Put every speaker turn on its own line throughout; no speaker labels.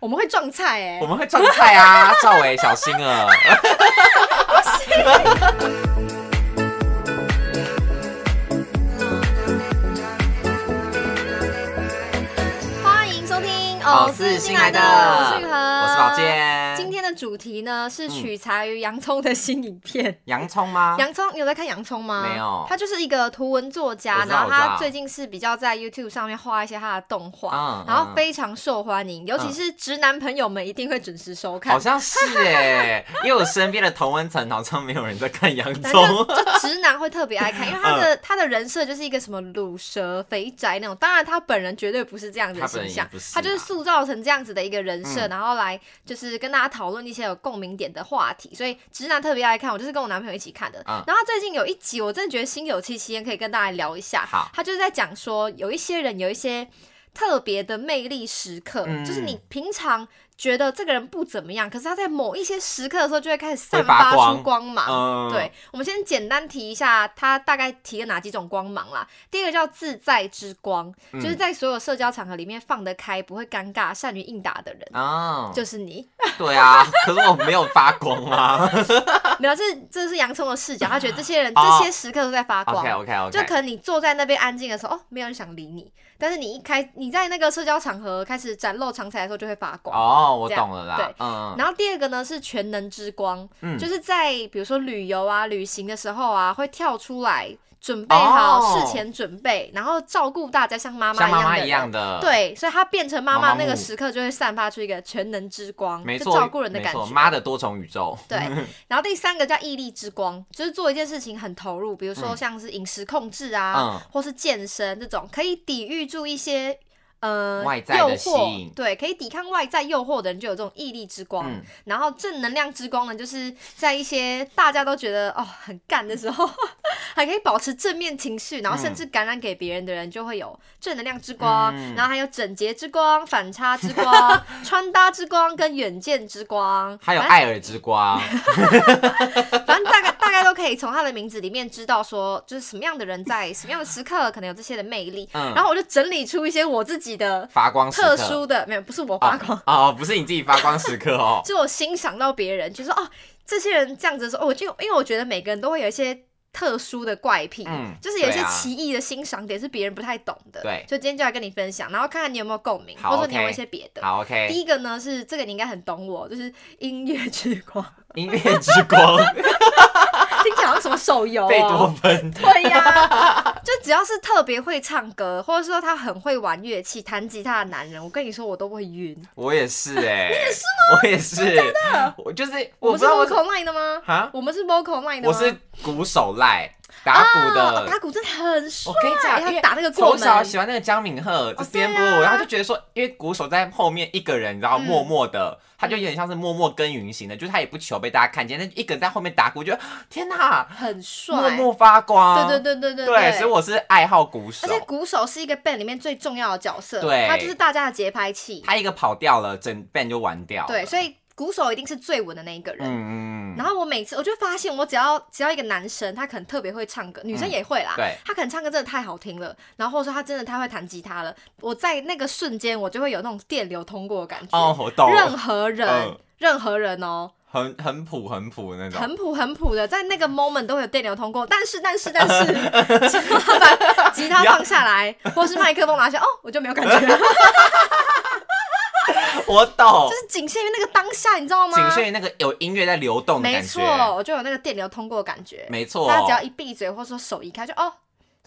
我们会撞菜哎、
我们会种菜啊，赵伟，小心 啊！
欢迎收听
哦是新来的
我是雨禾，
我是宝。健。
今天的主题呢是取材于洋葱的新影片。
洋葱吗？嗯
洋葱，你有在看洋葱吗？
啊没有
他就是一个图文作家
我，知
然后
道我知
他
道
最近是比较在 YouTube 上面画一些他的动画
嗯，
然后
嗯
非常受欢迎，尤其是直男朋友们一定会准时收看
好。像是哎、因为我身边的同温层好像没有人在看洋
反正
葱。
就直男会特别爱看， 因为他的、他的人设就是一个什么卤蛇、肥宅那种。当然，他本人绝对不是这样子的
他
形
本人
象
也不，是
他就是
啊
塑造成这样子的一个人设，
嗯
然后来就是跟大家讨论一些有共鸣点的话题。所以直男特别爱看，我就是跟我男朋友一起看的。
嗯
然后他最近有一集，我真的觉得心有戚戚焉，可以跟大家聊一下。
好
他就是在讲说，有一些人有一些。特别的魅力时刻，
嗯
就是你平常觉得这个人不怎么样，可是他在某一些时刻的时候就会开始散
会发
发出
光
光芒。
嗯，
对，，我们先简单提一下，它大概提了哪几种光芒啦。第一个叫自在之光，
嗯
就是在所有社交场合里面放得开、不会尴尬、善于应答的人，
哦，
就是你。
对啊，可是我没有发光啊。
没有，这这是洋葱的视角，他觉得这些人、
哦
这些时刻都在发光。
OK OK
就
OK，
可能你坐在那边安静的时候，哦，没有人想理你。但是你一开，你在那个社交场合开始展露长才的时候，就会发光。
哦，我
这样
懂了啦
对。
嗯
然后第二个呢是全能之光，
嗯
就是在比如说旅游啊、旅行的时候啊，会跳出来准备好、
哦
事前准备，然后照顾大家像妈妈
像
一
妈
样的
妈
人
一样的，，
对，所以他变成妈妈
妈妈
那个
木
时刻，就会散发出一个全能之光，
没
就
错，
照顾人的感
没
觉
错。妈的多重宇宙，
对，然后第三个叫毅力之光，就是做一件事情很投入，比如说
嗯
像是饮食控制啊，
嗯
或是健身这种，可以抵御住一些呃
外在
诱
的吸
惑
引，
对，可以抵抗外在诱惑的人就有这种毅力之光。
嗯
然后正能量之光呢，就是在一些大家都觉得哦很干的时候， 还可以保持正面情绪，然后甚至感染给别人的人就会有正能量之光，
嗯
然后还有整洁之光、反差之 光、穿搭之光跟远见之光，
还有
反正
艾尔之光，
反正大概大概都可以从他的名字里面知道说，就是什么样的人在什么样的时刻可能有这些的魅力。
嗯
然后我就整理出一些我自己的
发光时
特
刻
殊的，没有不是我发光，，
哦，不是你自己发光时刻哦
是我欣赏到别人，就说哦，这些人这样子的时候，哦我就因为我觉得每个人都会有一些特殊的怪癖，
嗯
就是有一些
对啊
奇异的欣赏点是别人不太懂的。
对
所以今天就来跟你分享，然后看看你有没有共鸣，
好
或者说你有没有
OK
一些别的。
好 OK，
第一个呢是这个你应该很懂我，就是音乐之光，
音乐之光
听起来好像什么手游、哦，
贝多 芬，
对呀、 就只要是特别会唱歌，或者说他很会玩乐器、弹吉他的男人，我跟你说，我都会晕。
我也是哎、你也是 吗？我也是，我就是
哦我
我不
们
知
是
道我
vocal line 的吗？
啊，
我们是 vocal line 的吗？
我是鼓手赖打鼓
哦，
的。
打鼓真的很帅，
我跟你
他
讲，因为
打那个过
从小
门，
喜欢那个江敏赫，就
对啊
颠簸我，然后就觉得说，因为鼓手在后面一个人，你知道，
嗯
默默的，他就有点像是默默耕耘型的，就是他也不求被大家看见，但一个人在后面打鼓，觉得天哪，
很帅。
默默发光。
对对对对对
对，所以我是爱好鼓手
而。且鼓手是一个 band 里面最重要的角色，
对
他就是大家的节拍器，
他一个跑掉了，整 band 就完掉了。
对，所以鼓手一定是最稳的那一个人。
嗯嗯嗯，
然后我每次我就发现，我只要只要一个男生，他可能特别会唱歌，女生也会啦。
嗯对
他可能唱歌真的太好听了，然后或者说他真的太会弹吉他了，我在那个瞬间我就会有那种电流通过的感觉。
哦，我懂，
任何人，
嗯
任何人哦，
很很普很普那种。
很普很普的，在那个 moment 都会有电流通过。但是但是但 是，只要他把吉他放下来，或是麦克风拿下，哦，我就没有感觉了，就
我懂，
是仅限于那个当下，你知道吗？
仅限于那个有音乐在流动的
没
感
错
觉。，
我就有那个电流通过的感觉。
没错，
大家只要一闭嘴或者说手一开就，哦，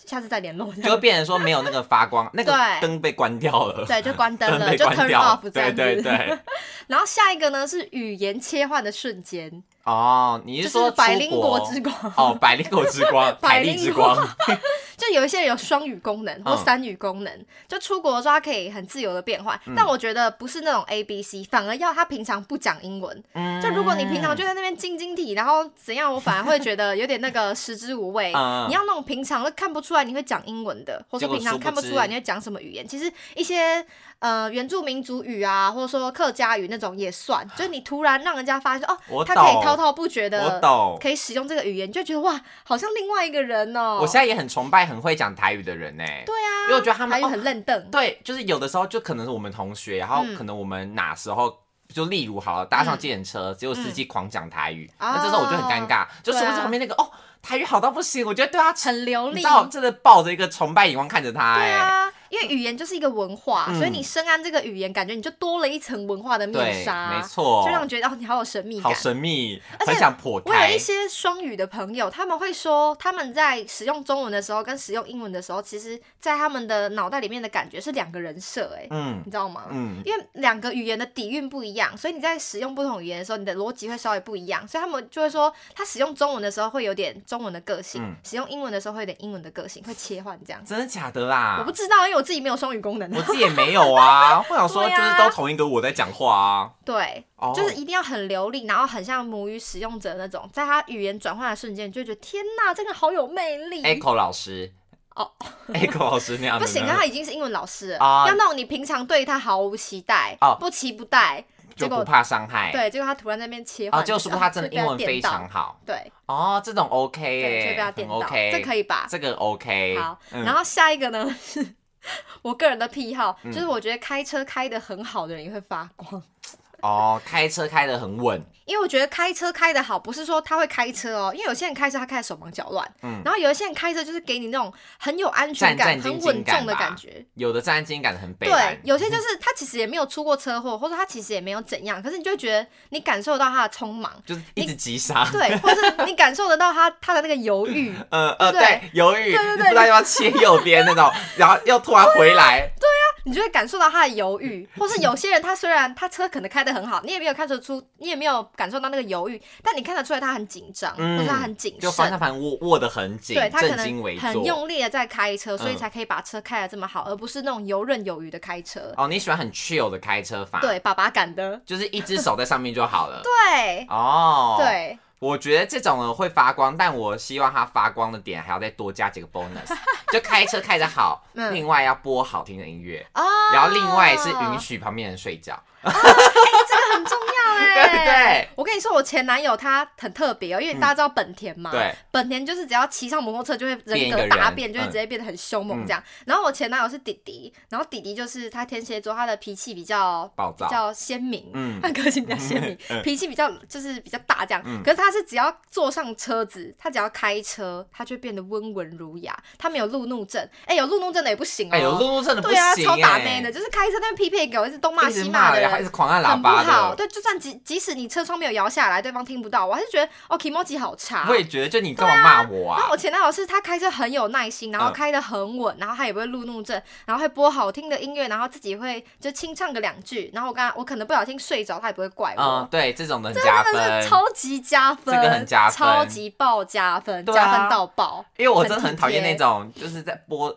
下次再联络。这
就
样
变成说没有那个发光， 那个
对
灯被关掉了，
对，就关灯
灯
了，
被
就
关
turn
掉了
off，这样
对
子。
对 对。
然后下一个呢是语言切换的瞬间，
哦，你
就是是
说
百
出
灵
国
果之光，
哦，百灵果之 光，
百
百
灵
丽之
果
光，
就有一些人有双语功能或
嗯
三语功能，就出国的时候他可以很自由的变换。
嗯
但我觉得不是那种 A B C，反而要他平常不讲英文。
嗯
就如果你平常就在那边晶晶体，然后怎样，我反而会觉得有点那个食之无 味。
嗯
你要那种平常都看不出来你会讲英文的，或者说
结果
平常
殊不
看不出来
知
你会讲什么语言。其实一些呃原住民族语啊，或者说客家语那种也 算，就是你突然让人家发现哦，
嗯我
他可以
懂
滔滔不绝
我
的，
懂，
可以使用这个语言，就觉得哇，好像另外一个人哦。
我现在也很崇拜很会讲台语的人呢、欸
对啊，
因为我觉得他们
台语
哦
很愣 瞪，
对，就是有的时候就可能是我们同学，然后
嗯
可能我们哪时候。就例如好了，搭上
嗯
计程车，结果司机狂讲台语，
啊
那这时候我就很尴尬，就是
对
不
啊
是旁边那个、哦，台语好到不行，我觉得对他
很流
你
利
知。道，真的抱着一个崇拜眼光看着他、
对
哎、
啊，因为语言就是一个文化，
嗯
所以你深谙这个语言，感觉你就多了一层文化的面
对，
纱，
没错，
就让你觉得哦，你好有神秘
好
感。
神秘，
而且
很想破
我有
开
一。些双语的朋友，他们会说他们在使用中文的时候跟使用英文的时候，其实在他们的脑袋里面的感觉是两个人设，哎，
嗯
你知道吗？
嗯，
因为两个语言的底蕴不一样，所以你在使用不同语言的时候，你的逻辑会稍微不一样，所以他们就会说，他使用中文的时候会有点中文的个性，
嗯
使用英文的时候会有点英文的个性，会切换这样。
真的假的啦？
我不知道，因为我自己没有双语功能。
啊我自己也没有啊。 我想说，
对
就
啊
是都同一个我在讲话啊。
对，
哦，
就是一定要很流利，然后很像母语使用者那种，在他语言转换的瞬间，你就会觉得天呐，这个好有魅力。
Echo 老师
哦
，Echo 老师那样的
不
呢
行，他已经是英文老师了，
啊
要那种你平常对他毫无期待，
哦
不期不待，
就
结
不
果
怕伤害。
对，结果他突然在那边切换
啊，
的时
就
候，
是不是他真 的
就被
英文非
电到
常好
对，
哦，这种 OK
对，就被
哎、
他
很
电到，
OK，
这可以吧？
这个 OK。
好，
嗯
然后下一个呢是 我个人的癖好，
嗯
就是我觉得开车开的很好的人也会发光，
哦，开车开得很稳，
因为我觉得开车开的好，不是说他会开车哦，因为有些人开车他开的手忙脚乱，
嗯
然后有一些人开车就是给你那种很有安全感、
战战兢兢
很稳重的
感吧
感觉。
有的战兢感很北
对
蓝，
有些就是他其实也没有出过车祸， 或者他其实也没有怎样，可是你就会觉得你感受到他的匆忙，
就是一直急刹。
对， 或是你感受得到他他的那个犹 豫，
呃呃，
对
对，犹豫，
对对
不
对
知道要不要切右边 那种，然后又突然回来，
你就会感受到他的犹豫，或是有些人他虽然他车可能开得很好，你也没有看得出，你也没有感受到那个犹豫，但你看得出来他很紧张，
嗯
或是他很谨
就方
慎
向。盘握握得很紧，
对他可
正襟危
能
坐
很。用力的在开车，所以
嗯
才可以把车开得这么好，而不是那种游刃有余的开车。
哦，你喜欢很 chill 的开车法，，
对，爸爸感的，
就是一只手在上面就好了。
对、
哦，，
对，
我觉得这种呢会发光，但我希望它发光的点还要再多加几个 bonus，就开车开得好，
嗯
另外要播好听的音乐，
哦，
然后另外是允许旁边人睡觉。
很重 要
对
哎、
不对嗯
我跟你说，我前男友他很特别哦，因为大家知道本田嘛，
对，
本田就是只要骑上摩托车就会
变
人
一个
格
人
大变，就会
嗯
直接变得很凶猛这样。然后我前男友是弟弟，然后弟弟就是他天蝎座，他的脾气比较
暴躁
比较鲜明，
嗯，
他个性比较鲜明
嗯
脾气比较就是比较大这样。
嗯
可是他是只要坐上车子，他只要开车，他就会变得温文儒雅，他没有路怒症。哎、有路怒症的也不行哦。
哎呦，路路真的不
对啊，
行
超打妹
哎
的，，就是开车在那边批评狗，一直东骂
一直
西
骂
的
人，然后
人
一直，狂按喇
很不
叭
好。
的。
对，就算即即使你车窗没有摇下来，对方听不到，我还是觉得哦 k i m o j i 好差
我。也觉得，就你干嘛骂我
然
啊
后？我前男友是他开车很有耐心，然后
嗯
开的很稳，然后他也不会路怒症，然后会播好听的音乐，然后自己会就清唱个两句，然后我刚我可能不小心睡着，他也不会怪
嗯
我，。
对，这种的很
这
加
啊真的是
分。
超级加分，
这个很加分
超级爆加分，
对啊
加分到爆。
因为我真的很
很体
讨厌
贴
那种就是在播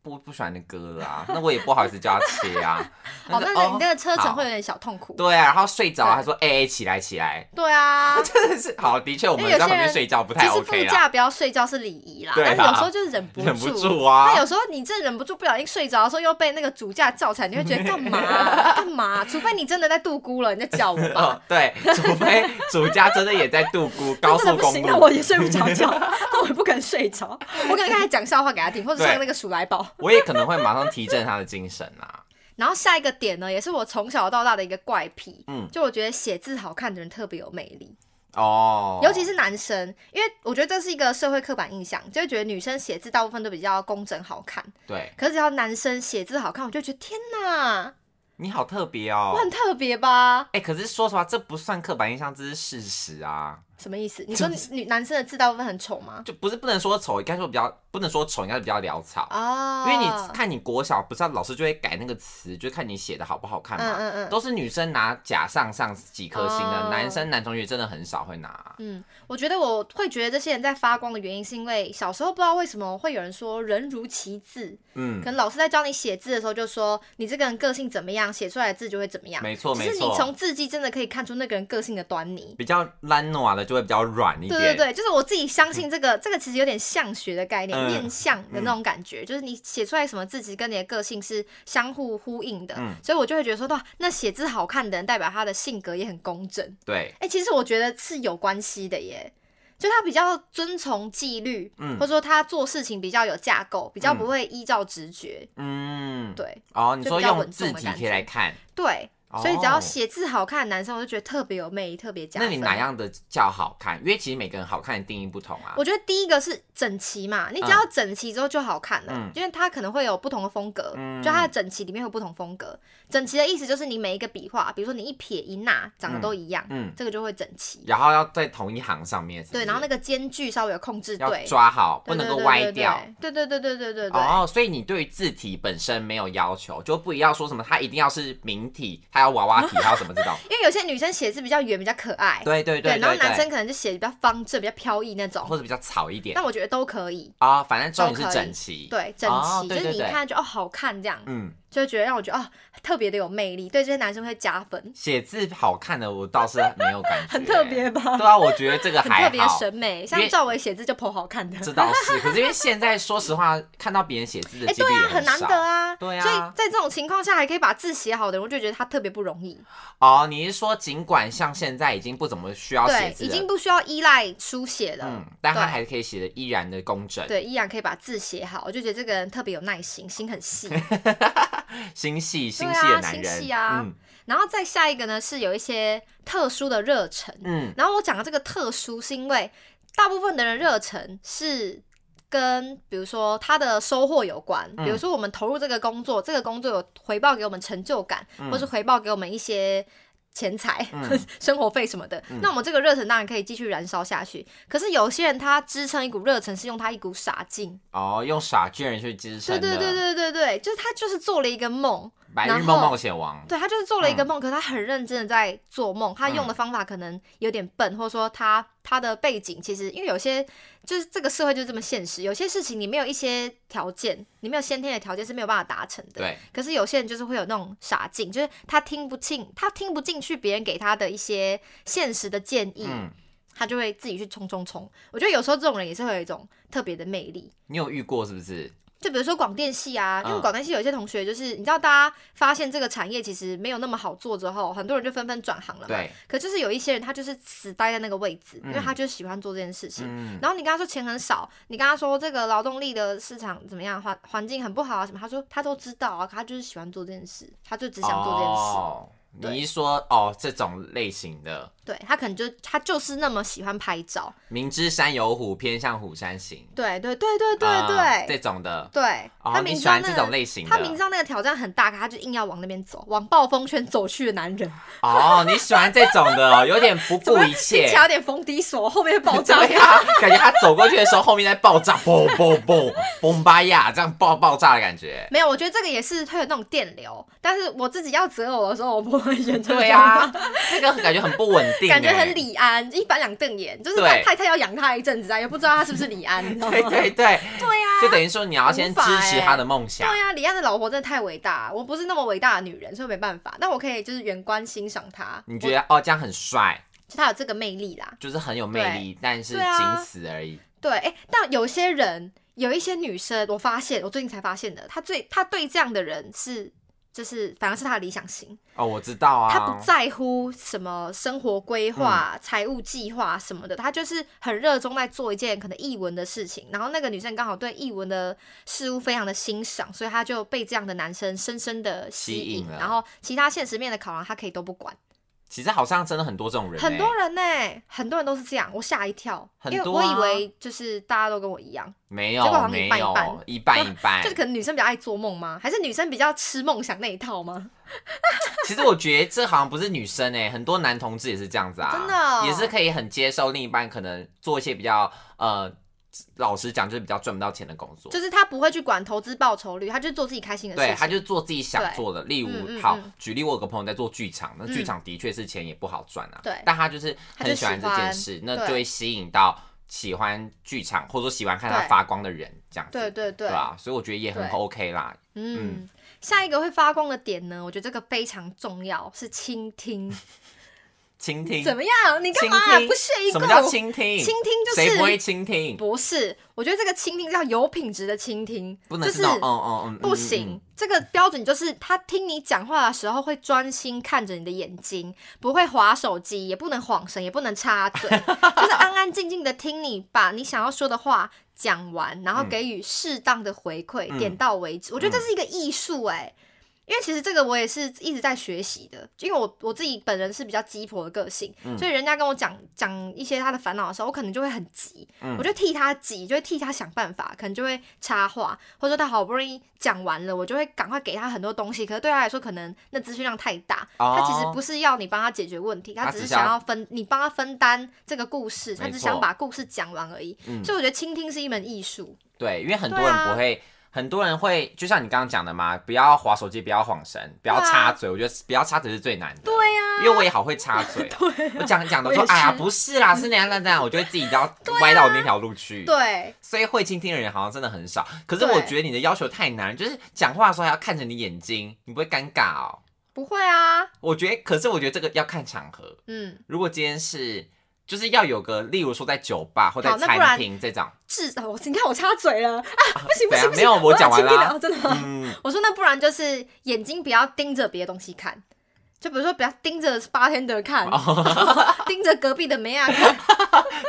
不不喜欢的歌啦，那我也不好意思叫他切啊。
哦，但是你那个车程
好
会有点小痛苦。
对啊，然后睡着
对
还说哎、欸起来起来，
对啊，
真的是好，的确我们
因为有
在
些
旁边
人
睡觉不
其
太
实副
OK 啦，
驾不要睡觉是礼仪啦，
对啦
但有时候就是忍不
忍不住
那
啊。
有时候你这忍不住不小心睡着的时候，又被那个主驾叫起来，你会觉得干嘛 啊干嘛啊？除非你真的在度孤了，你在叫我吧
哦。，对，除非主家真的也在度 孤高
真的
速
不
公
行，那啊我
路，
也睡不着觉， 那我也不肯睡着。我可能开始讲笑话给他听，或者
对
唱那个鼠来宝。
我也可能会马上提振他的精神啊啦。
然后下一个点呢，也是我从小到大的一个怪癖，
嗯
就我觉得写字好看的人特别有魅力。
哦，
尤其是男生，因为我觉得这是一个社会刻板印象，就会觉得女生写字大部分都比较工整好看，
对
可是只要男生写字好看，我就觉得天哪，
你好特别哦
我。很特别吧？
哎、可是说实话，这不算刻板印象，这是事实啊，
什么意思？你说女男生的字大部分很丑吗？
就不是不能说丑，应该说比较不能说丑，应该是比较潦草。
哦，
因为你看你国小不是啊老师就会改那个词，就看你写的好不好看嘛。
嗯嗯嗯
都是女生拿甲上上几颗星的，
哦
男生男同学真的很少会拿。
嗯，我觉得我会觉得这些人在发光的原因，是因为小时候不知道为什么会有人说“人如其字”，
嗯
可，能老师在教你写字的时候就说你这个人个性怎么样，写出来的字就会怎么样。
没错
其
没
实你
错
从，字迹真的可以看出那个人个性的端倪。
比较懒暖的就会比较软一点。
对对对，就是我自己相信这个，这个其实有点像学的概念，
嗯
面相的那种感觉，就是你写出来什么字，其实跟你的个性是相互呼应的，
嗯
所以我就会觉得说，哇，那写字好看的人，代表他的性格也很工整。
对
哎、其实我觉得是有关系的耶。就他比较遵从纪律，
嗯
或者说他做事情比较有架构，比较
嗯
不会依照直觉。
嗯，
对
哦，你
就
说
比较
用
稳重
字
的
体
感
可以来
觉
看，
对，所以只要
哦
写字好看的男生，我就觉得特别有魅力，特别加
那
分。
你哪？样的叫好看？因为其实每个人好看的定义不同啊。
我觉得第一个是整齐嘛，你只要整齐之后就好看了，
嗯
因为它可能会有不同的风格，
嗯
就它的整齐里面有不同风格。整齐的意思就是你每一个笔画，比如说你一撇一捺长得都一样，
嗯，
这个就会整齐。
然后要在同一行上面，是不
对，
是
然后那个间距稍微有控制
要
对，
抓好，不
对
能
对
够
对
歪
对
掉。
对对对对对对对。
哦，所以你对于字体本身没有要求，就不一定要说什么它一定要是明体，它要娃娃体，它要什么这 种。
因为有些女生写字比较圆，比较可爱，
对对对
然后
对
男生可能就写得比较方正，比较飘逸那种
或。者比较草一点
但我觉得都可以，
啊、反正重
都
点是
可以
整齐。，
对，整
哦
齐，
对
就是
对
你
对
一看就哦好看这样，
嗯，
就会觉得让我觉得哦特别的有魅力，对这些男生会加分，
写字好看的我倒是没有感 觉，
很特。别吧？
对啊，我觉得这个
很
还
特别的
好。
审美，像赵薇写字就颇好看的，
这倒是，可是因为现在说实话，看到别人写字的
哎，
几
对
率也
啊，很难
少
得啊，
对啊
所以在这种情况下还可以把字写好的人，我就觉得他特别不容易，
哦，你是说尽管像现在已经不怎么需要写
对，
字
已
了，
经不需要依赖书写了
嗯，，但他
对
还可以写的依然的工整，
对，依然可以把字写好，我就觉得这个人特别有耐心，心很细。
心细心
对
细的
啊
男
心
人，
细啊
嗯
然后再下一个呢，是有一些特殊的热忱。
嗯，
然后我讲的这个特殊，是因为大部分的人热忱是跟比如说他的收获有关，
嗯
比如说我们投入这个工作，这个工作有回报给我们成就感，
嗯
或是回报给我们一些。钱财、
嗯
生活费什么的，那我们这个热忱当然可以继续燃烧下去。可是有些人他支撑一股热忱，是用他一股傻劲。
哦，用傻巨人去支撑
对
的，
对对对对对，就是他就是做了一个梦，
白日
然
梦
后
冒险王，
对他就是做
嗯
了一个梦，可是他很认真的在做梦，他用的方法可能有点笨，或者说他他的背景其实因为有些就是这个社会就这么现实，有些事情你没有一些条件，你没有先天的条件是没有办法达成的。
对，
可是有些人就是会有那种傻劲，就是他听不进，他听不进去别人给他的一些现实的建议，
嗯，
他就会自己去冲冲冲。我觉得有时候这种人也是会有一种特别的魅力。
你有遇过是不是？
就比如说广电系啊，因为
嗯
广电系有一些同学就是，你知道大家发现这个产业其实没有那么好做之后，很多人就纷纷转行了嘛。
对，
可就是有一些人他就是死待在那个位置，
嗯
因为他就是喜欢做这件事情。
嗯，
然后你跟他说钱很少，你跟他说这个劳动力的市场怎么样，环环境很不好啊什么，他说他都知道啊，可他就是喜欢做这件事，他就只想做这件事。
哦
对
你一说哦，这种类型的，
对他可能就他就是那么喜欢拍照。
明知山有虎，偏向虎山行，
对对对对对对、
啊这种的，
对，
哦，
他
你
明知
喜
道
欢
那
这
个
种类型的，
他明知道那个挑战很大，可他就硬要往那边走，往暴风圈走去的男人，
哦，你喜欢这种的哦，有点不
怎
顾
么
一切，
听起来有点风底锁，后面会爆 炸
对
呀。
啊，感觉他走过去的时候，后面在爆炸，嘣嘣嘣，嘣巴呀，这样爆爆炸的感觉。
没有，我觉得这个也是会有那种电流，但是我自己要择偶的时候，我不会选这个
对 啊，这个感觉很不稳定、欸
感觉很
理。
李安，一板两瞪眼，就是
对
他太太要养他一阵子啊，也不知道他是不是李安，你知道吗？
对 对对，
对呀、
就等于说你要先
无
支
法
持
欸
他的梦
对
想。
呀、李安的老婆真的太伟大，我不是那么伟大的女人，所以没办法。但我可以就是远观欣赏他，
你觉得哦，这样很帅，
我他有这个魅力啦？
就是很有魅力，但是
对啊
仅此而已。
对，哎、但有些人，有一些女生，我发现，我最近才发现的，她最，她对这样的人是，就是反而是她的理想型，
哦，我知道啊，嗯
她不在乎什么生活规划、财务计划什么的，她就是很热衷在做一件可能译文的事情。然后那个女生刚好对译文的事物非常的欣赏，所以她就被这样的男生深深的吸
吸
引。
引了
然后其他现实面的考量，她可以都不管。
其实好像真的很多这种人、欸，
很多人呢、很多人都是这样，我吓一跳，
很
因为
多
我
啊
以为就是大家都跟我一样。
没
结果好
有
像
没
一半一
有
半
一半一半
就是。可能女生比较爱做梦吗？还是女生比较吃梦想那一套吗？
其实我觉得这好像不是女生哎、 很多男同志也是这样子啊，
真的哦
也是可以很接受另一半可能做一些比较呃，老实讲就是比较赚不到钱的工作，
就是她不会去管投资报酬率，她就做自己开心的事
对，
情。
他就做自己想做的。例如，
嗯嗯
好
嗯，
举例，我有个朋友在做剧场，那
嗯
剧场的确是钱也不好赚啊，
对
但他就是
他就
很喜欢
喜
这
欢
件事，那
对
就会吸引到喜欢剧场或者说喜欢看他
对
发光的人，这样子，
对对对，
吧？所以我觉得也很
对
OK 啦，
嗯。下一个会发光的点呢，我觉得这个非常重要，是倾听。
倾听，
怎么样？你干嘛
倾听
不屑一顾？
什么叫倾听？
倾听就是
谁不会倾听？
不是，我觉得这个倾听叫有品质的倾听，
不能
就是
那种嗯嗯嗯，
不
嗯
行。。
嗯
这个标准就是他听你讲话的时候会专心看着你的眼睛，不会划手机，也不能晃神，也不能插 嘴，就是安安静静的听你把你想要说的话讲完，然后
嗯
给予适当的回馈，
嗯
点到为止。我觉得这是一个艺术哎、因为其实这个我也是一直在学习的，因为我我自己本人是比较鸡婆的个性，
嗯
所以人家跟我讲讲一些他的烦恼的时候，我可能就会很急，
嗯
我就替他急，就会替他想办法，可能就会插话，或者说他好不容易讲完了，我就会赶快给他很多东西。可是对他来说，可能那资讯量太大，
哦
他其实不是要你帮他解决问题，他
他
只
只
是
想
想要分你帮他分担这个故事，他
没
只想
错
把故事讲完而已。
嗯
所以我觉得倾听是一门艺术。
对，因为很多
对
人
啊
不会，很多人会，就像你刚刚讲的嘛，不要划手机，不要晃神，不要
对啊
插嘴。我觉得不要插嘴是最难的。
对呀、
因为我也好会插嘴哦，我讲讲的
我也
说，哎呀，
是啊
不是啦，是那样那样那样，我就会自己要歪到我那条路 去。
对，
所以会倾听的人好像真的很少。可是
对
我觉得你的要求太难，就是讲话的时候还要看着你眼睛，你不会尴尬哦。
不会啊，
我觉得，可是我觉得这个要看场合。
嗯，
如果今天是，就是要有个，例如说在酒吧或在
好那不然
餐厅这种，
至少哦我你看我插嘴了啊，不行不行
怎样
不行，
没有我讲完
要倾听
啦
的哦真的吗？
嗯，
我说那不然就是眼睛不要盯着别的东西看，就比如说不要盯着 bartender 看，
哦
盯着隔壁的梅亚 看，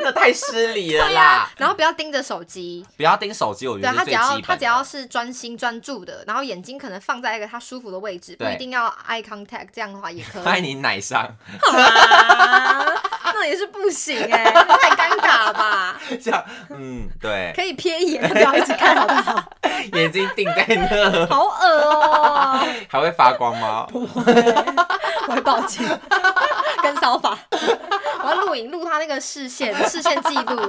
那太失礼了
对呀、
啦。
然后不要盯着手机，
不要盯手机，我觉
对啊
得
他
是
只
最基
要
本
他只
的
要是专心专注的，然后眼睛可能放在一个他舒服的位置，不
对哎
一定要 eye contact，这样的话也可
放在
以。
你奶上，
好啦，那也是不行哎、那太尴尬了吧？
这样，嗯， 对，
可以瞥一眼，不要一直看好不好？
眼睛定在那，
好恶哦、
还会发光 吗？
我会报 警，跟骚法， 我要录影录他那个视线，视线记录，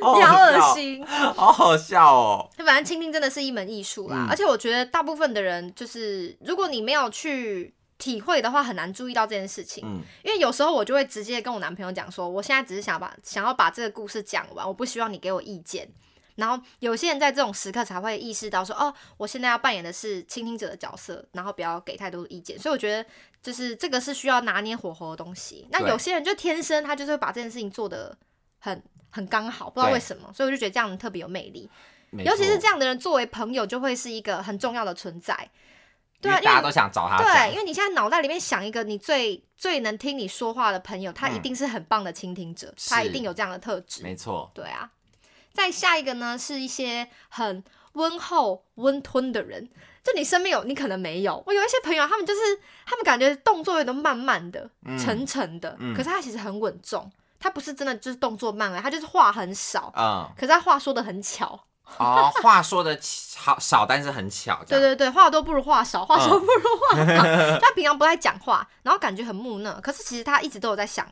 好
你哦好恶
笑，
心。
好好笑哦。
反正倾听真的是一门艺术啦，
嗯
而且我觉得大部分的人就是，如果你没有去体会的话，很难注意到这件事情。
嗯，
因为有时候我就会直接跟我男朋友讲说，我现在只是想把想要把这个故事讲完，我不希望你给我意见。然后有些人在这种时刻才会意识到说，哦，我现在要扮演的是倾听者的角色，然后不要给太多的意见。所以我觉得就是这个是需要拿捏火候的东西。那
对
有些人就天生他就是会把这件事情做得很很刚好，不知道
对
为什么，所以我就觉得这样特别有魅力。
没
尤其是
错
这样的人作为朋友，就会是一个很重要的存在。对
因
啊，
为
因为
大家都想找他
对，因
讲，
为你现在脑袋里面想一个你最最能听你说话的朋友，他一
嗯
定是很棒的倾听者，他一
是
定有这样的特质。
没错，
对啊，再下一个呢是一些很温厚、温吞的人。就你身边有，你可能没有。我有一些朋友，他们就是他们感觉动作有点慢慢的、
嗯
沉沉的，
嗯
可是他其实很稳重。他不是真的就是动作慢而已，他就是话很少，
嗯，
可是他话说的很巧。
哦，话说的好少，但是很巧，这
对
样，
对对，话多不如话少，话少
嗯
不如话少。 他平常不爱讲话，然后感觉很木讷，可是其实他一直都有在想，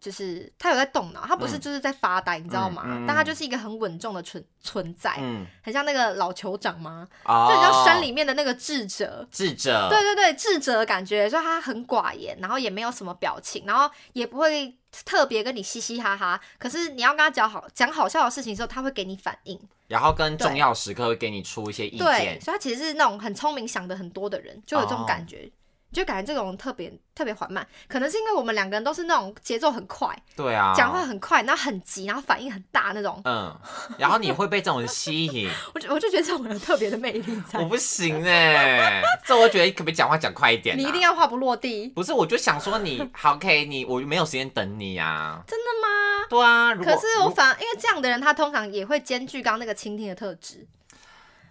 就是他有在动脑，他不是
嗯
就是在发呆，你知道吗？
嗯嗯
但他就是一个很稳重的存存在，
嗯，
很像那个老酋长吗？
哦，
就很像山里面的那个智者。
智者，
对对对，智者的感觉，所以他很寡言，然后也没有什么表情，然后也不会特别跟你嘻嘻哈哈。可是你要跟他讲好讲好笑的事情的时候，他会给你反应。
然后跟重
对
要时刻会给你出一些意
对，
见，哦
所以他其实是那种很聪明、想的很多的人，就有这种感觉。就感觉这种特别特别缓慢，可能是因为我们两个人都是那种节奏很快、
对啊，
讲话，很快，然后很急，然后反应很大那种。
嗯，然后你会被这种 吸引，
我就我就觉得这种人特别的魅力
我
在。
不行哎，这我觉得可不可以讲话讲快一点啊？
你一定要话不落地，
不是，我就想说你好 OK，你我没有时间等你啊。
真的吗？
对啊，如果
可是我
如
反因为这样的人，他通常也会兼具刚刚那个倾听的特质。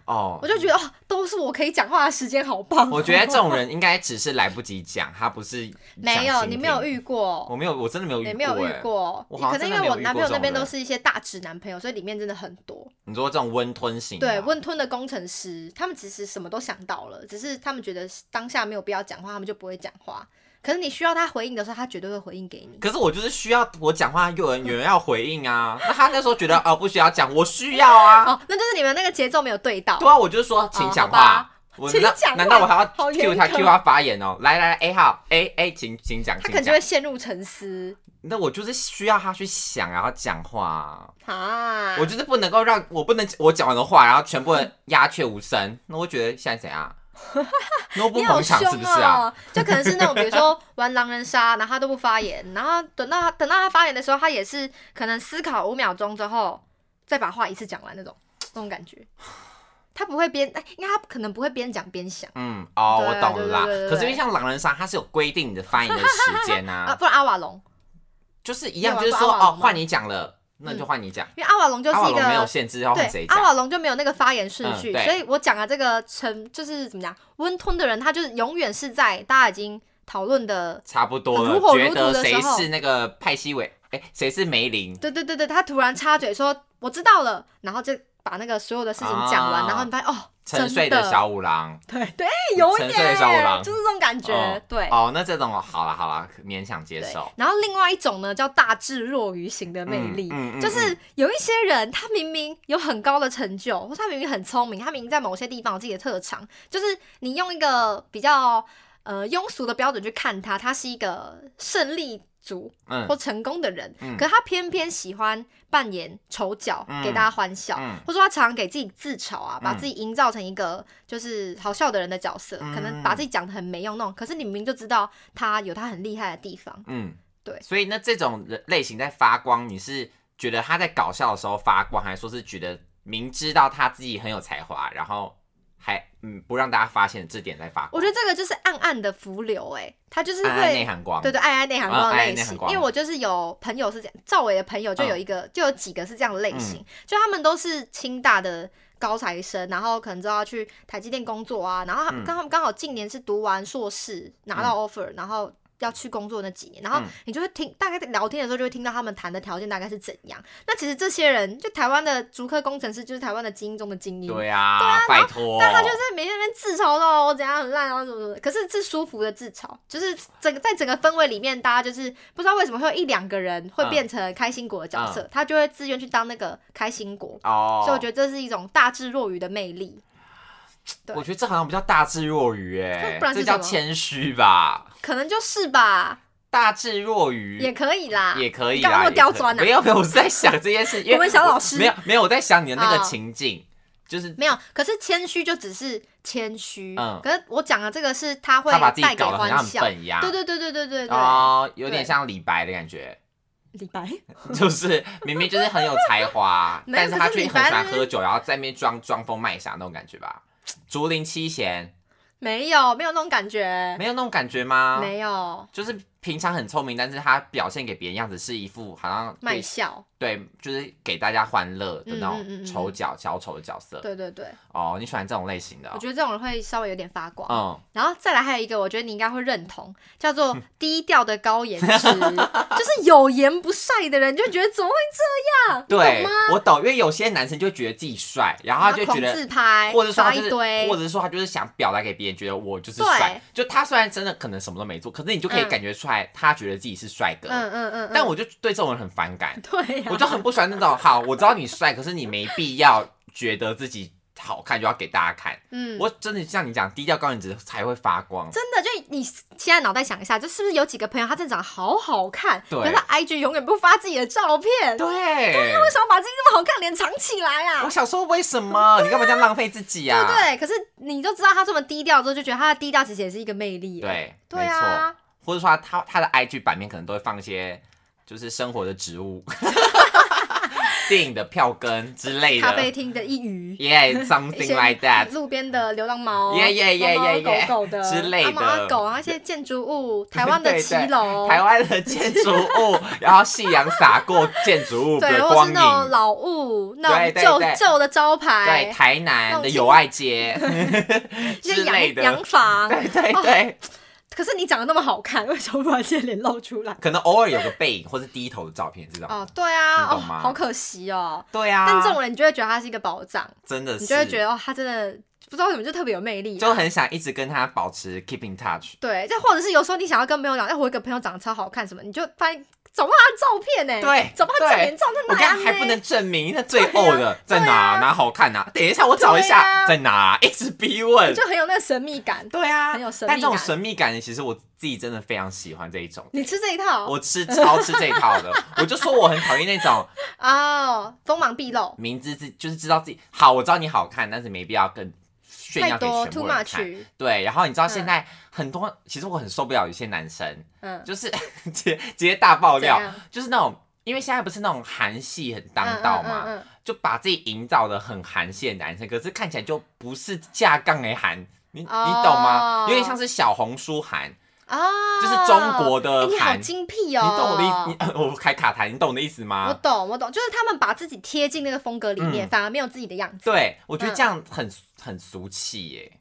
哦
我，就觉得哦，都是我可以讲话的时间，好棒哦、
我觉得这种人应该只是来不及讲，他不是
没有，
想倾
你
听
没有，遇过
我，没有，我真的没有遇
你
过，
没有遇
欸。
过。
我
你
好像
可能因
真的
为
没有
我
遇
男朋
过
友
这
那
种
边都
人
是一些大直男朋友，所以里面真的很多。
你说这种温吞型的啊，
对，温吞的工程师，他们其实什么都想到了，只是他们觉得当下没有必要讲话，他们就不会讲话。可是你需要他回应的时候，他绝对会回应给你。
可是我就是需要我讲话，有人有人要回应啊。那他那时候觉得哦不需要讲，我需要啊。
哦，那就是你们那个节奏没有对到。
对啊，我就是说请讲
哦好吧
话。我
请
难
讲话
难道我还要
好严
Q 他
格
Q 他发言哦？来来来，A 号 A A，请请讲，
他可
请
能就
讲
会。陷入沉思
那我就是需要他去想，然后讲话啊。
啊！
我就是不能够让我不能我讲完的话，然后全部人鸦雀无声，那我觉得现在怎样？诺波
你好
捧
凶哦！
场是不是啊？
就可能是那种，比如说玩狼人杀，然后他都不发言，然后等到他等到他发言的时候，他也是可能思考五秒钟之后，再把话一次讲完那种，那种感觉。他不会边，哎，应该他可能不会边讲边想
嗯，哦，
对啊
我懂了啦。
对对对对
可是因为像狼人杀，它是有规定你的发言的时间
啊，
啊，
不然阿瓦隆，
就是一样，
有啊
就是说
不然阿瓦
哦
隆，吗
换你讲了，那就换你讲。
因为阿瓦隆就是
阿瓦
一
隆没有
个。
限制要换
对
谁，
阿
讲，
瓦隆就没有那个发言顺序，
嗯对
所以我讲的这个成就是怎么讲，温吞的人，他就是永远是在大家已经讨论的
差不多
如
了
火。如
觉
荼
得
的时
谁
候
是那个派西韦？哎，谁是梅林？
对对对对，他突然插嘴说我知道了，然后就把那个所有的事情讲完，
啊
然后你发现哦，
沉
真
睡的小五郎。
对对，有一
沉
点
睡的小五郎
哎就是这种感觉，
哦
对。
哦，那这种哦好啦好啦，勉强接
对
受。，
然后另外一种呢，叫大智若愚型的魅力，
嗯嗯嗯
就是有一些人，他明明有很高的成就，或是他明明很聪明，他明明在某些地方有自己的特长，就是你用一个比较呃庸俗的标准去看他，他是一个胜利组
嗯
或成功的人，
嗯
可他偏偏喜欢扮演丑角，
嗯
给大家欢笑，
嗯
或者说他常常给自己自嘲啊，
嗯
把自己营造成一个就是好笑的人的角色，
嗯
可能把自己讲的很没用那种，可是你明明就知道他有他很厉害的地方，
嗯，
对
所以那这种人类型在发光，你是觉得他在搞笑的时候发光，还是说是觉得明知道他自己很有才华，然后还嗯不让大家发现这点在发光？
我觉得这个就是暗暗的浮流、欸，他就是会。
暗暗内涵光，
对对，啊爱爱内涵
嗯
光的
爱爱
类
内
型
涵，光嗯
因为我就是有朋友是这样，赵伟的朋友就有一个，就有几个是这样的类型，就他们都是清大的高材生，然后可能就要去台积电工作啊，然后他们
嗯
刚、他们刚好近年是读完硕士拿到 offer，、然后。要去工作那几年，然后
嗯
你就会听，大概在聊天的时候就会听到他们谈的条件大概是怎样。那其实这些人，就台湾的竹科工程师，就是台湾的精英中的精英。
对啊，拜托，
但他就是每天在那边自嘲说我怎样很烂，然后怎么怎么，可是是舒服的自嘲，就是整个在整个氛围里面，大家就是不知道为什么会有一两个人会变成开心果的角色，他就会自愿去当那个开心果，
嗯哦，
所以我觉得这是一种大智若愚的魅力。对
我觉得这好像比较大智若愚
这
哎
不然，是
这
什
叫
么
谦虚吧？
可能就是吧，
大智若愚
也啊可以啦。
嗯也可以
干嘛那
啦，
么
也
刁
可以
钻啊
没有没有，我是在想这件事，因为
我们小老师
没有没有，我在想你的那
哦
个情境，就是
没有，可是谦虚就只是谦虚。
嗯
可是我讲的这个是他会
他把自
带
己
给
搞得好
欢
像很
笑。
笨一样，
对对对对对对对。
哦，有
对
点像李白的感觉，
李白，，
就是明明就是很有才华
没有
但是他
可是
却
李
很
白
喜欢
那
喝酒，然后在那边装装疯卖傻那种感觉吧。竹林七贤
没有没有那种感觉，
没有那啊种感觉吗？
没有
就是平常很聪明，但是他表现给别人样子是一副好像
卖
对
笑。
对，就是给大家欢乐的那
嗯嗯嗯嗯
种丑角小丑的角色。
对对对。
哦，你喜欢这种类型的
我啊
哦？
觉得这种人会稍微有点发光。
嗯，
然后再来还有一个，我觉得你应该会认同，叫做低调的高颜值， 就是有颜不晒的人，你就觉得怎么会这样？你
对
懂吗，
我懂，因为有些男生就觉得自己帅，然后
然
他就
狂
觉得
自拍，
或者说
发
他
一
就是，
堆
或，者说他就是想表达给别人，觉得我就是
对
帅。就他虽然真的可能什么都没做，可是你就可以
嗯
感觉出来，他觉得自己是帅哥。
嗯嗯嗯，
但
我
我就对这种人很反感，
对呀、
我就很不喜欢那种。好，我知道你帅，可是你没必要觉得自己好看就要给大家看。
嗯，
我真的像你讲，低调高颜值才会发光。
真的就你现在脑袋想一下，就是不是有几个朋友他真的长得好好看，
对
可是他 IG 永远不发自己的照片，为
对，
什么把自己那么好看的脸藏起来啊？
我想说为 什么你干嘛这样浪费自己
对
啊
不？对？可是你就知道他这么低调之后，就觉得他的低调其实也是一个魅力。
对
对
没错
啊，
或者说他他的 IG 版面可能都会放一些就是生活的植物、 电影的票根之类
咖啡
的
厅的一隅，
，Yeah
一
something
些
like that。
路边的流浪猫，
Yeah, yeah, yeah,
猫猫
yeah, yeah
狗狗的
之类的
阿猫阿狗啊，一些建筑物， 台湾的
对对
骑楼，
台湾的建筑物，然后夕阳洒过建筑物
对，
的
或
光
是那种
影。
老屋，那
对
种旧
对对
旧的招
对，
牌，
台
那
南
种
的友 爱街
一
之
些
类
洋
的
洋，哦房。
对对对，
可是你长得那么好看，为什么不把这些脸露出 来？
可能偶尔有个背影或是低头的照片，这种。
哦，对啊，
你
哦，
懂吗
好可惜哦。
对啊，
但这种人，你就会觉得他是一个宝藏，
真的
你
是，
就会觉得哦，他真的不知道为什么就特别有魅力啊，
就很想一直跟他保持 keep in touch。
对，就或者是有时候你想要跟朋友讲，哎、我有一个朋友长得超好看什么，你就发现找不到他的照片欸呢、
对
找不到他整
对
脸照在
我
哪
刚
呢？
还不能证明，那最后的、在哪、哪好看哪、等一下，我
啊
找一
对啊
下、在哪、一直逼 问。
就很有那个神秘感。
对啊，
很有神秘感
但这种神秘感，其实我自己真的非常喜欢这一种。
你吃这一套
我吃超吃这一套 的，我就说我很讨厌那种
哦，锋芒毕露，
明知自就是知道自己好，我知道你好看，但是没必要更炫
太
耀给
多
全
too
部人看。
much，
对，然后你知道
嗯
现在很多，其实我很受不了有些男生，
嗯，
就是 直接直接大爆
怎
料，
样
就是那种，因为现在不是那种韩系很当
嗯
道
嗯
嘛，
嗯嗯
就把自己营造的很韩系的男生，可是看起来就不是架杠哎韩，你、你懂吗
哦？
有点像是小红书韩，
啊，
就是中国的
哎你好
韩。
精辟
你
哦！
懂我的意思？你 我开卡台，你懂我的意思
我
吗？
懂，我懂，就是他们把自己贴进那个风格里面，
嗯
反而没有自己的样子。
对，我觉得
嗯
这样很、很俗气耶、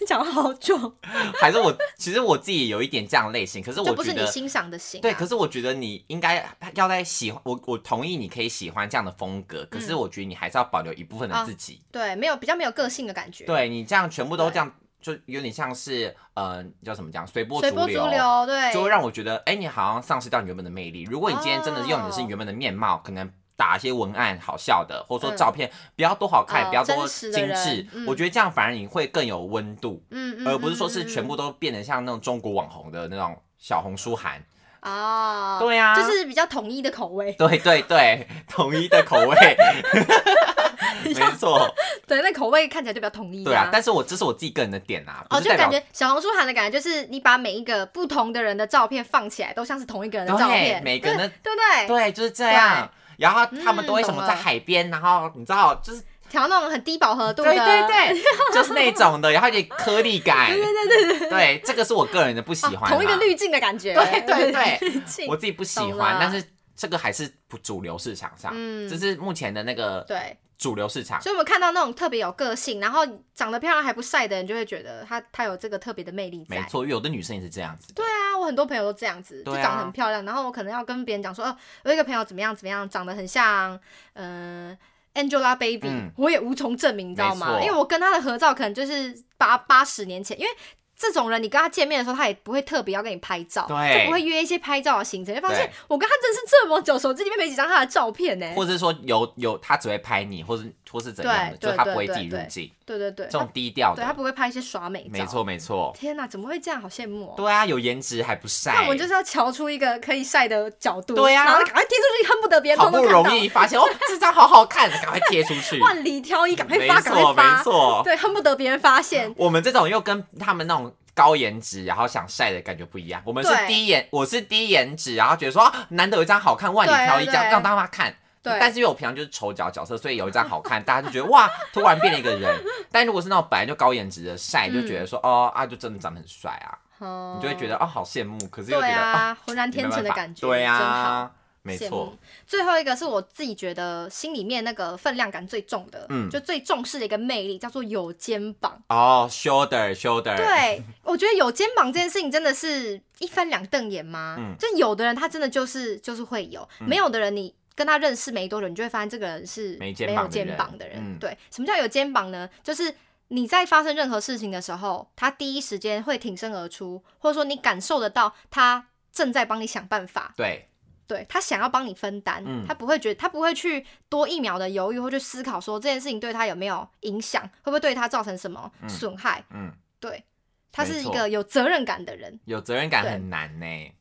你讲了好久，
还是我 其实我自己有一点这样类型，可是
这
我
不是
觉
你
得
欣赏的型、啊。
对，可是我觉得你应该要在喜欢我，我同意你可以喜欢这样的风格，可
嗯
是我觉得你还是要保留一部分的
啊
自己。
对，没有比较没有个性的感觉。，
对你这样全部都这样，就有点像是呃叫什么讲，随波
随波
逐
逐
流。
流，对，
就会让我觉得，哎、你好像丧失掉你原本的魅力。如果你今天真的用的
哦
是你原本的面貌，可能打一些文案好笑的，或者说
嗯
照片、不要多好看，
哦
不要多
真实的
精
人
致，
嗯
我觉得这样反而你会更有温度，
嗯嗯，
而不是说是
嗯
全部都变得像那种中国网红的那种小红书韩。
嗯嗯哦，
对啊，
就是比较统一的口味。
对对对，统一的口味，没错，
对，那口味看起来就比较统一、
对啊。但是我这是我自己个人的点啊，不
哦，
是
就
代
感
表
觉小红书喊的感觉就是你把每一个不同的人的照片放起来，都像是同一个人的照
对
片，
每个人的
对对哎不对？
对就是这样。然后他们
嗯
都为什么
懂
在
了
海边，然后你知道就是
调那种很低饱和度的，
对 对对，就是那种的，然后有点颗粒感，对对对对这个是我个人的不喜
哦
欢、
同一个，滤镜的感觉，
对对对
滤镜
我自己不喜
懂
欢
了，
但是这个还是不主流市场上，
嗯
这是目前的那个
对，
主流市场。
所以我们看到那种特别有个性，然后长得漂亮还不晒的人，就会觉得她她有这个特别的魅力在。
没错，有的女生也是这样子的
对，啊，我很多朋友都这样子，就
对啊
长得很漂亮，然后我可能要跟别人讲说，哦，我有一个朋友怎么样怎么样，长得很像，嗯、Angelababy，、
嗯
我也无从证明，你知道
没
吗？
错
因为我跟她的合照可能就是八八十年前，因为这种人你跟他见面的时候，他也不会特别要跟你拍照，
对
就不会约一些拍照的行程，就发现
对
我跟他认识这么久，手机里面没几张他的照片呢、
或者说有有，她只会拍你，或是或是怎样的，
对
就她
对
不会
对
自己入
对
镜，
对对对，
这
他
种低调
对他
的，
不会拍一些耍美照，
没。错没错。
天哪，怎么会这样？好羡慕哦。
对啊，有颜值还不晒，
那我们就是要瞧出一个可以晒的角度，
对啊
然后赶快贴出去，恨不得别人
好
通通
不
看到
容易发现哦，这张好好看，赶快贴出 去。
万里挑一，赶快
没
发，赶快
错没
发，
错，
对，恨不得别人发现，
我们这种又跟他们那种高颜值，然后想晒的感觉不一样。我们是
对
低颜，我是低颜值，然后觉得说啊难得有一张好看，万里挑一
对
张
对
让大家看。
对
但是因为我平常就是丑角角色，所以有一张好看，大家就觉得 哇，突然变了一个人。但如果是那种本来就高颜值的晒，
嗯
就觉得说哦啊，就真的长得很帅啊，
哦
你就会觉得哦好羡慕，可是又觉
对
得啊
啊，浑然
没
天
办
成的
法
感觉，
对
真好。
啊，没
羡
错
慕，。最后一个是我自己觉得心里面那个分量感最重的，
嗯
就最重视的一个魅力，叫做有肩膀。
哦，shoulder shoulder，，
对，我觉得有肩膀这件事情真的是一翻两瞪眼吗？
嗯
就有的人他真的就是就是会有，没有的人你跟他认识没多久，你就会发现这个人是
没
没
肩
有
膀的
肩
人
膀的人。
嗯
对，什么叫有肩膀呢？就是。你在发生任何事情的时候，他第一时间会挺身而出，或者说你感受得到他正在帮你想办法，
对，
对他想要帮你分担，
嗯
他不会觉得他不会去多一秒的犹豫或去思考说这件事情对他有没有影响，会不会对他造成什么
嗯
损害，
嗯，
对，他
没
是一
错
个有责任感的人，
有责任感
对
很难呢、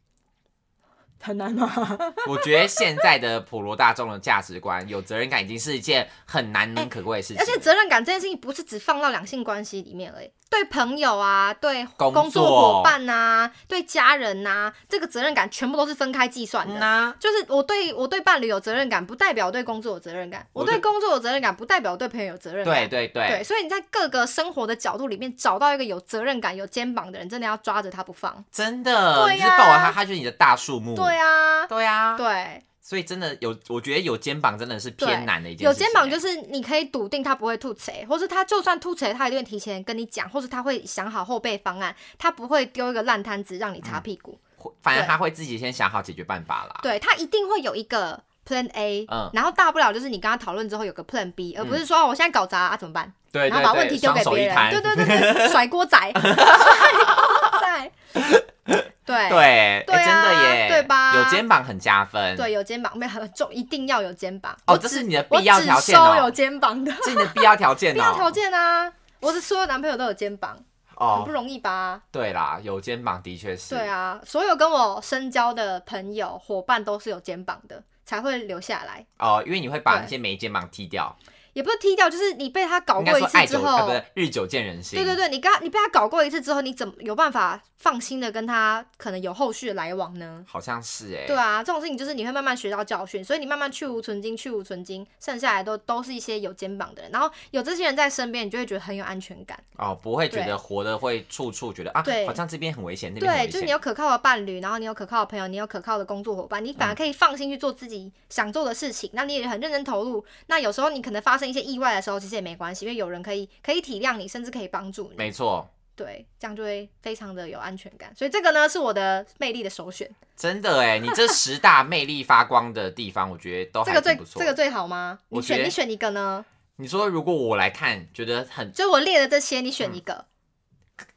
很难吗？
我觉得现在的普罗大众的价值观，有责任感已经是一件很难能可贵的事情。
哎而且责任感这件事情不是只放到两性关系里面而已，对朋友啊，对
工作
工作伙伴啊，对家人呐、啊，这个责任感全部都是分开计算的。
嗯啊，
就是我对我对伴侣有责任感，不代表我对工作有责任感；
我
我
对
对工作有责任感，不代表我对朋友有责任感。
对对对，
所以你在各个生活的角度里面找到一个有责任感、有肩膀的人，真的要抓着他不放。
真的，
对呀啊
你是抱着它，它就是你的大树木。
对啊，
对啊，
对，
所以真的有，我觉得有肩膀真的是偏难的一件
有
事情、
肩膀就是是你可以笃定他不会吐槽，或是他就算吐槽，他一定会提前跟你讲，或是他会想好后备方案，他不会丢一个烂摊子让你擦屁股。
反正他会自己先想嗯好解决办法啦。
对他一定会有一个 Plan A，、
嗯
然后大不了就是你跟他讨论之后有个 Plan B，而不是说、哦我现在搞砸啊怎么办，
对
然后
对
把问题
对，
丢
双
给
手
别
一
人。
摊
对。对对对，甩锅 仔，甩锅仔。对
对，
对啊
哎真的耶，
对吧
有肩膀很加分，
对，，有肩膀没有很重，一定要有肩膀。
哦
我
这
只
是你的
我
必要
只
条件
收
哦
有肩膀的
是你的必要条件
必要条
哦。
件啊！我的所有男朋友都有肩膀，很不
哦，
容易吧？
对啦，有肩膀的确是。
对啊，所有跟我深交的朋友伙伴都是有肩膀的，才会留下来。
哦，因为你会把
对
那些没肩膀踢掉。
也不是踢掉，就是你被他搞
应
过
该
一
说
次
爱
之
久
后，
啊，不是日久见人心。
对对对，你跟他你被他搞过一次之后，你怎么有办法放心的跟他可能有后续的来往呢？
好像是哎、
对啊，这种事情就是你会慢慢学到教训，所以你慢慢去无存精，去无存精，剩下来都都是一些有肩膀的人，然后有这些人在身边，你就会觉得很有安全感。
哦，不会觉
对
得活的会处处觉得啊
对，
好像这边很危险，那边很
对，
危
就是
险。
你有可靠的伴侣，然后你有可靠的朋友，你有可靠的工作伙伴，你
嗯
反而可以放心去做自己想做的事情。那你也很认真投入。那有时候你可能发生一些意外的时候，其实也没关系，因为有人可以可以体谅你，甚至可以帮助你。
没错，
对，这样就会非常的有安全感。所以这个呢，是我的魅力的首选。
真的哎，你这十大魅力发光的地方，我觉得都
这
哦还
个最
挺不错。
这个最好吗？你
我觉
选
得
你选一个呢？
你说如果我来看，觉得很
就我列的这些，你
嗯
选一个，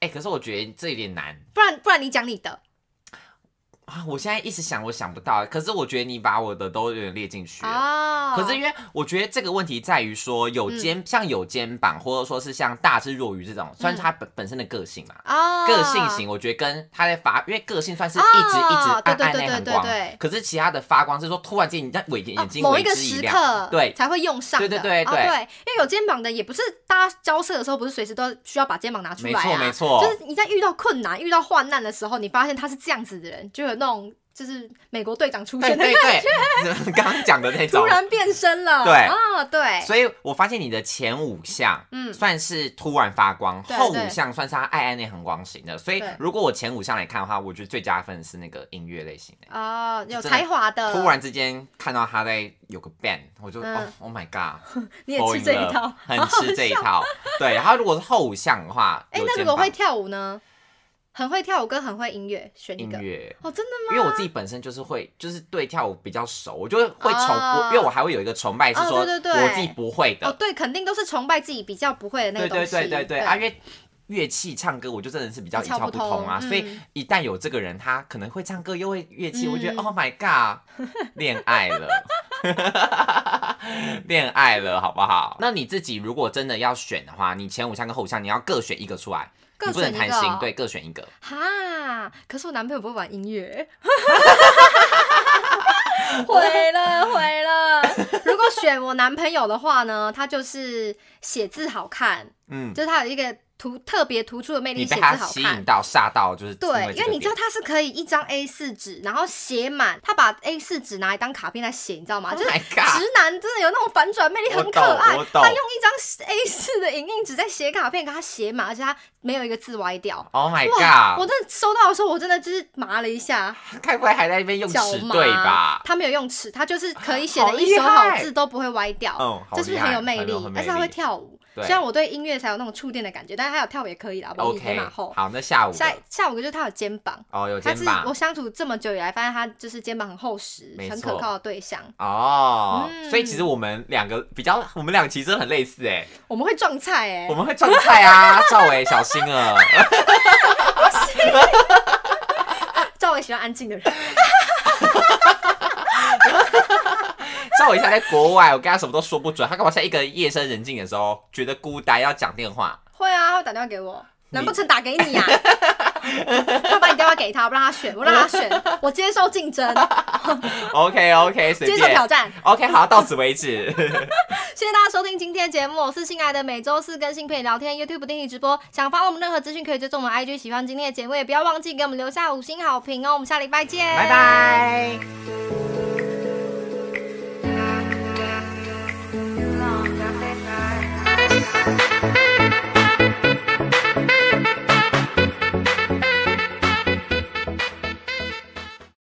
哎、可是我觉得这有点难
不然不然你讲你的。
啊！我现在一时想，我想不到。可是我觉得你把我的都有点列进去了。
哦，
可是因为我觉得这个问题在于说有
嗯
肩，像有肩膀，或者说是像大智若愚这种，算是他本、本身的个性嘛，
嗯哦，
个性型，我觉得跟他在发，因为个性算是一直一直
哦对
暗
对
暗
对
内
对
含
对
光，
对
可是其他的发光是说突然间你在尾眼
哦
眼睛
某
为
一个
之一
时
亮，
刻
对
才会用上的，
对对对
哦
对
对，因为有肩膀的也不是大家交涉的时候不是随时都需要把肩膀拿出
没
来啊，
错没错，
就是你在遇到困难、遇到患难的时候，你发现他是这样子的人，就有那种就是美国队长出
对
现的
对对， 刚刚讲的 那
突
种。
然变身了，
对
啊对，
所以我发现你的前五项，
嗯
算是突然发光，
对
后
对
五项算是他爱爱内恒光型的。所以
对
如果我前五项来看的话，我觉得最加分是那个音乐类型的。
哦有
真的
才华的，
突然之间看到他在有个 band，我就、
嗯
哦 oh my god，
你也吃这一
fall in
套
love，，很 吃这一套。对，然后如果是后五项的话，
哎，
有
那如
肩
果
膀
会跳舞呢？很会跳舞跟很会音乐，选一
音
个
乐。
哦，真的吗？
因为我自己本身就是会，就是对跳舞比较熟，我就会会崇，
哦
我因为我还会有一个崇拜，是
哦
说
对对对
我自己不会
哦，
的，
对，肯定都是崇拜自己比较不会的那个
对
东
对
西。
对对对啊，因为乐器唱歌我就真的是比较
一
一
窍
窍
不
不
通
通啊，所以
嗯
一旦有这个人，他可能会唱歌又会乐器，我觉得
嗯
Oh my god，恋 爱了， 恋爱了，好 不好？那你自己如果真的要选的话，你前五项跟后五项你要各选一个出来，
各
你不
选
能
一
贪
个
心
哦，
对，各选一个。
哈，可是我男朋友不会玩音 乐，毁了毁了。如果选我男朋友的话呢，他就是写字好看，
嗯，
就是他有一个突特别突出的魅力，
你
写
被
字
他
好
吸
看
引。到吓到，就是
对，因
因
为你知道
道，
他是可以一张 A 4纸，然后写满，他把 A 4纸拿来当卡片来写，你知道吗？
Oh
就是
my
直
god，
男真的有那种反转魅力，
我
很可
懂
爱。
我懂
他用一张 A 4的影印纸在写卡片，给他写满，而且他没有一个字歪掉。
，Oh my
哇！我
god，
真的收到的时候，我真的就是麻了一下，
该不会还在那边用
脚
尺
麻。
对吧？
他没有用尺，他就是可以写
好
的一
厉
手好
害
字都不会歪掉。
嗯，好
这是不
厉
是很
害
有魅力？而且他会，跳舞。
对
虽然我对音乐才有那种触电的感觉，但哦是他有跳舞也可以啦，我
o
一天
k
马后。
哦好，那下午
下
的
下午就是他有肩膀，
哦，有
他
肩
是我
膀
相处这么久以来，发现他就是肩膀很厚实，
没
很
错
可靠的对象。
哦，
嗯
所以其实我们两个比较，我们两个其实真的很类似哎，
我们会撞菜哎、
我们会撞菜啊，赵伟小心啊呃了，
赵伟喜欢安静的人，
赵伟现在在国外，我跟他什么都说不准，他干嘛在一个夜深人静的时候觉得孤单要讲电话？
会啊，他会打电话给我，
你
难不成打给你 啊？他把你电话给他，我不让他选，我让他选，我接受竞争，
OK OK，随
接受
便
挑。战。
OK，好，到此 为止。
谢谢大家收听今天的节目，我是新来的，每周四更新陪你聊天，YouTube 不定期直播。想发我们任何资讯，可以追踪我们 IG。喜欢今天的节目，也不要忘记给我们留下五星好评哦。我们下礼拜见，
拜。拜。